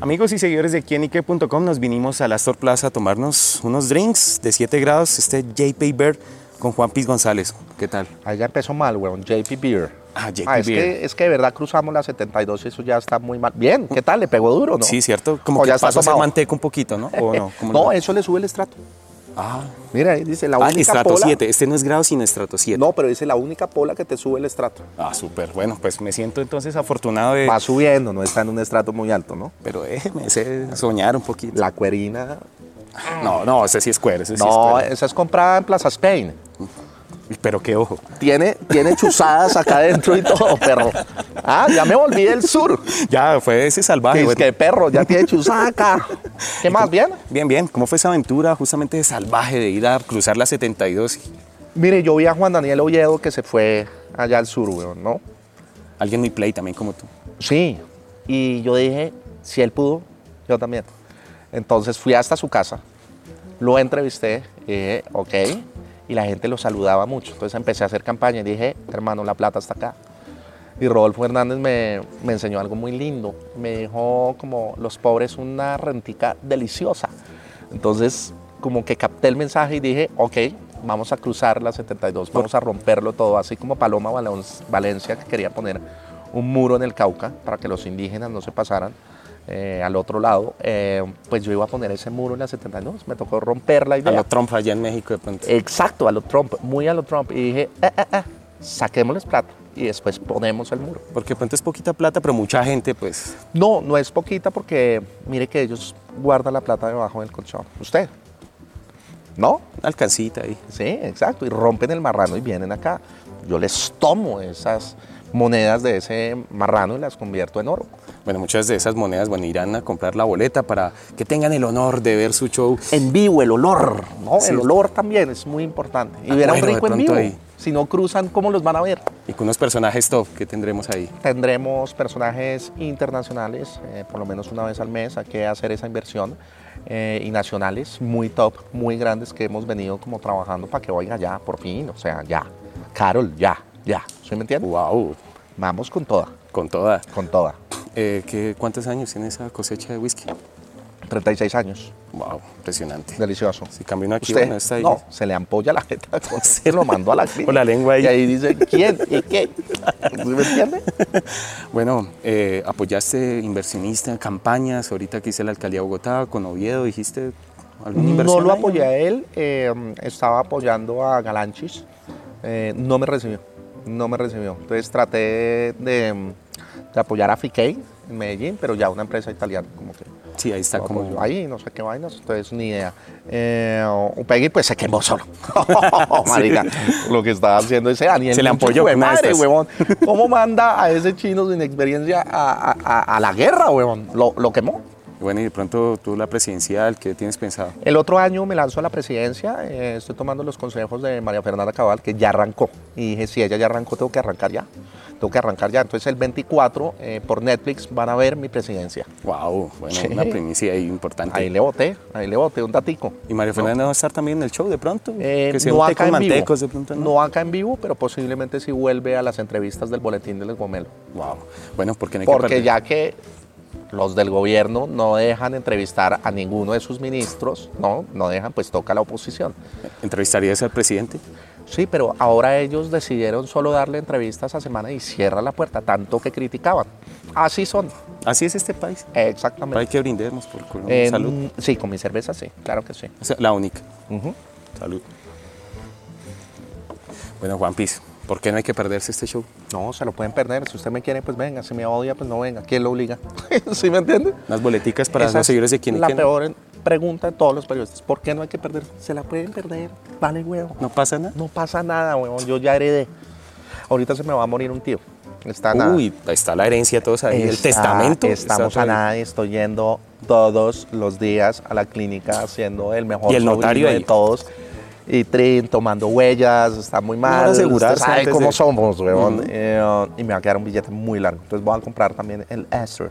Amigos y seguidores de quienique.com nos vinimos a la Astor Plaza a tomarnos unos drinks de 7 grados, este JP Bear con Juan Piz González. ¿Qué tal? Ahí ya empezó mal, weón. JP Beer. Ah, JP Ah, es, Beer. Que, es que de verdad cruzamos la 72 y eso ya está muy mal. Bien, ¿qué tal? Le pegó duro, ¿no? Sí, cierto. Como O que ya está pasó a ser tomado. Eh, manteca un poquito, ¿no? ¿O no? ¿Cómo No, le- eso le sube el estrato. Ah, Mira, ahí dice la Ah, única estrato pola. 7. Este no es grado, sino estrato 7. No, pero dice la única pola que te sube el estrato. Ah, súper. Bueno, pues me siento entonces afortunado de... Va subiendo, no está en un estrato muy alto, ¿no? Pero déjeme ese soñar un poquito. La cuerina. No, no, ese sí es cuero, ese sí es Ah. No, eh. cuero. esa es comprada en Plaza Spain. Pero qué ojo. Tiene, tiene chuzadas acá adentro y todo, perro. Ah, ya me volví del sur. Ya, fue ese salvaje. Es bueno. que perro, ya tiene chuzada acá. ¿Qué más? ¿Bien? Bien, bien. ¿Cómo fue esa aventura justamente de salvaje de ir a cruzar la 72? Mire, yo vi a Juan Daniel Oviedo que se fue allá al sur, weón, ¿no? Alguien muy play también como tú. Sí. Y yo dije, si él pudo, yo también. Entonces fui hasta su casa, lo entrevisté, y dije, ok, y la gente lo saludaba mucho. Entonces empecé a hacer campaña y dije, hermano, la plata está acá. Y Rodolfo Hernández me, me enseñó algo muy lindo. Me dijo, como, los pobres, una rentica deliciosa. Entonces, como que capté el mensaje y dije, ok, vamos a cruzar la 72, vamos a romperlo todo, así como Paloma Balon- Valencia, que quería poner un muro en el Cauca para que los indígenas no se pasaran eh, al otro lado, eh, pues yo iba a poner ese muro en la 72, me tocó romper la A idea. lo Trump allá en México de pronto. Eh. Exacto, a lo Trump, muy a lo Trump. Y dije, "Eh, eh, eh, saquémosles plata y después ponemos el muro. Porque de pronto es poquita plata, pero mucha gente, pues. No, no es poquita porque mire que ellos guardan la plata debajo del colchón. ¿Usted? ¿No? Una alcancita ahí. Sí, exacto. Y rompen el marrano y vienen acá. Yo les tomo esas monedas de ese marrano y las convierto en oro. Bueno, muchas de esas monedas, bueno, irán a comprar la boleta para que tengan el honor de ver su show. En vivo, el olor. ¿no? Sí. El olor también es muy importante. Y Ah, ver a un bueno, de rico en pronto vivo. ahí. Si no cruzan, ¿cómo los van a ver? Y con unos personajes top que tendremos ahí. tendremos personajes internacionales, eh, por lo menos una vez al mes, hay que hacer esa inversión, eh, y nacionales muy top, muy grandes que hemos venido como trabajando para que oiga ya, por fin, o sea, ya. Carol, ya, ya. ¿Sí me entiendes? ¡Wow! Vamos con toda, Con toda. con toda. Eh, ¿qué- ¿Cuántos años tiene esa cosecha de whisky? 36 años, ¡Wow! Impresionante. delicioso. Si cambia uno aquí, Usted, bueno, está ahí. no, se le ampolla la jeta, se lo mandó a la clínica. la lengua ahí. Y ahí dice, ¿quién y qué? ¿Sí me entiende? Bueno, eh, apoyaste inversionista, campañas, ahorita que hice la alcaldía de Bogotá, con Oviedo, dijiste alguna No inversión. lo ahí? apoyé a él, eh, estaba apoyando a Galanchis, eh, no me recibió, no me recibió. Entonces traté de, mm, de apoyar a Fiquei en Medellín, pero ya una empresa italiana, como que Sí, ahí está lo Ah, como. apoyó ahí, no sé qué vainas, entonces ni idea. Eh, Upegui pues se quemó solo, marica, lo que estaba haciendo ese Daniel. Se le Mucho ampolló hijo de con una de madre, estas. huevón. ¿Cómo manda a ese chino sin experiencia a, a- a- a la guerra, huevón? Lo- lo quemó. Bueno, y de pronto tú la presidencial, ¿qué tienes pensado? El otro año me lanzo a la presidencia, eh, estoy tomando los consejos de María Fernanda Cabal, que ya arrancó. Y dije, si ella ya arrancó, tengo que arrancar ya. Tengo que arrancar ya. Entonces el 24 eh, por Netflix van a ver mi presidencia. ¡Wow! Bueno, Sí. una primicia ahí importante. Ahí le voté, ahí le voté un datico. ¿Y María Fernanda va a estar también en el show de pronto? Eh, que se no junte acá con en vivo. mantecos de pronto. ¿no? acá en vivo, pero posiblemente si vuelve a las entrevistas del boletín del Gomelo. Wow. Bueno, porque no hay que Porque perder. ya que los del gobierno no dejan entrevistar a ninguno de sus ministros, no, no dejan, pues toca a la oposición. ¿Entrevistarías al presidente? Sí, pero ahora ellos decidieron solo darle entrevistas a semana y cierra la puerta, tanto que criticaban. Así son, Así es este país. Hay exactamente. que brindemos por Colombia. Eh, Salud. mm, Sí, con mi cerveza sí, claro que sí. O sea, la única. Ujú. Salud. Bueno, Juan Piz, ¿por qué no hay que perderse este show? No, se lo pueden perder. Si usted me quiere, pues venga. Si me odia, pues no venga. ¿Quién lo obliga? ¿Sí me entiende? Unas boleticas para Esa los es seguidores de quién y La quién. peor en- pregunta de todos los periodistas. ¿Por qué no hay que perder? Se la pueden perder. Vale, huevo. ¿No pasa nada? No pasa nada, huevón. Yo ya heredé. Ahorita se me va a morir un tío. Está nada. Uy, ahí está la herencia, todos ahí. el Está- testamento. Estamos Está a todo ahí. nada y estoy yendo todos los días a la clínica haciendo el mejor Y el notario sobrino ahí. de todos. Y Trin tomando huellas, está muy van a mal. usted asegurarse sabe antes cómo de- somos, weón. Ujú. Eh, y me va a quedar un billete muy largo. Entonces voy a comprar también el Esther.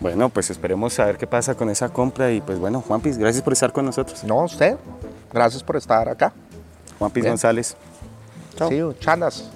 Bueno, pues esperemos a ver qué pasa con esa compra. Y pues bueno, Juan Piz, gracias por estar con nosotros. No, usted. Gracias por estar acá. Juan Piz Bien. González. Sí, chandas.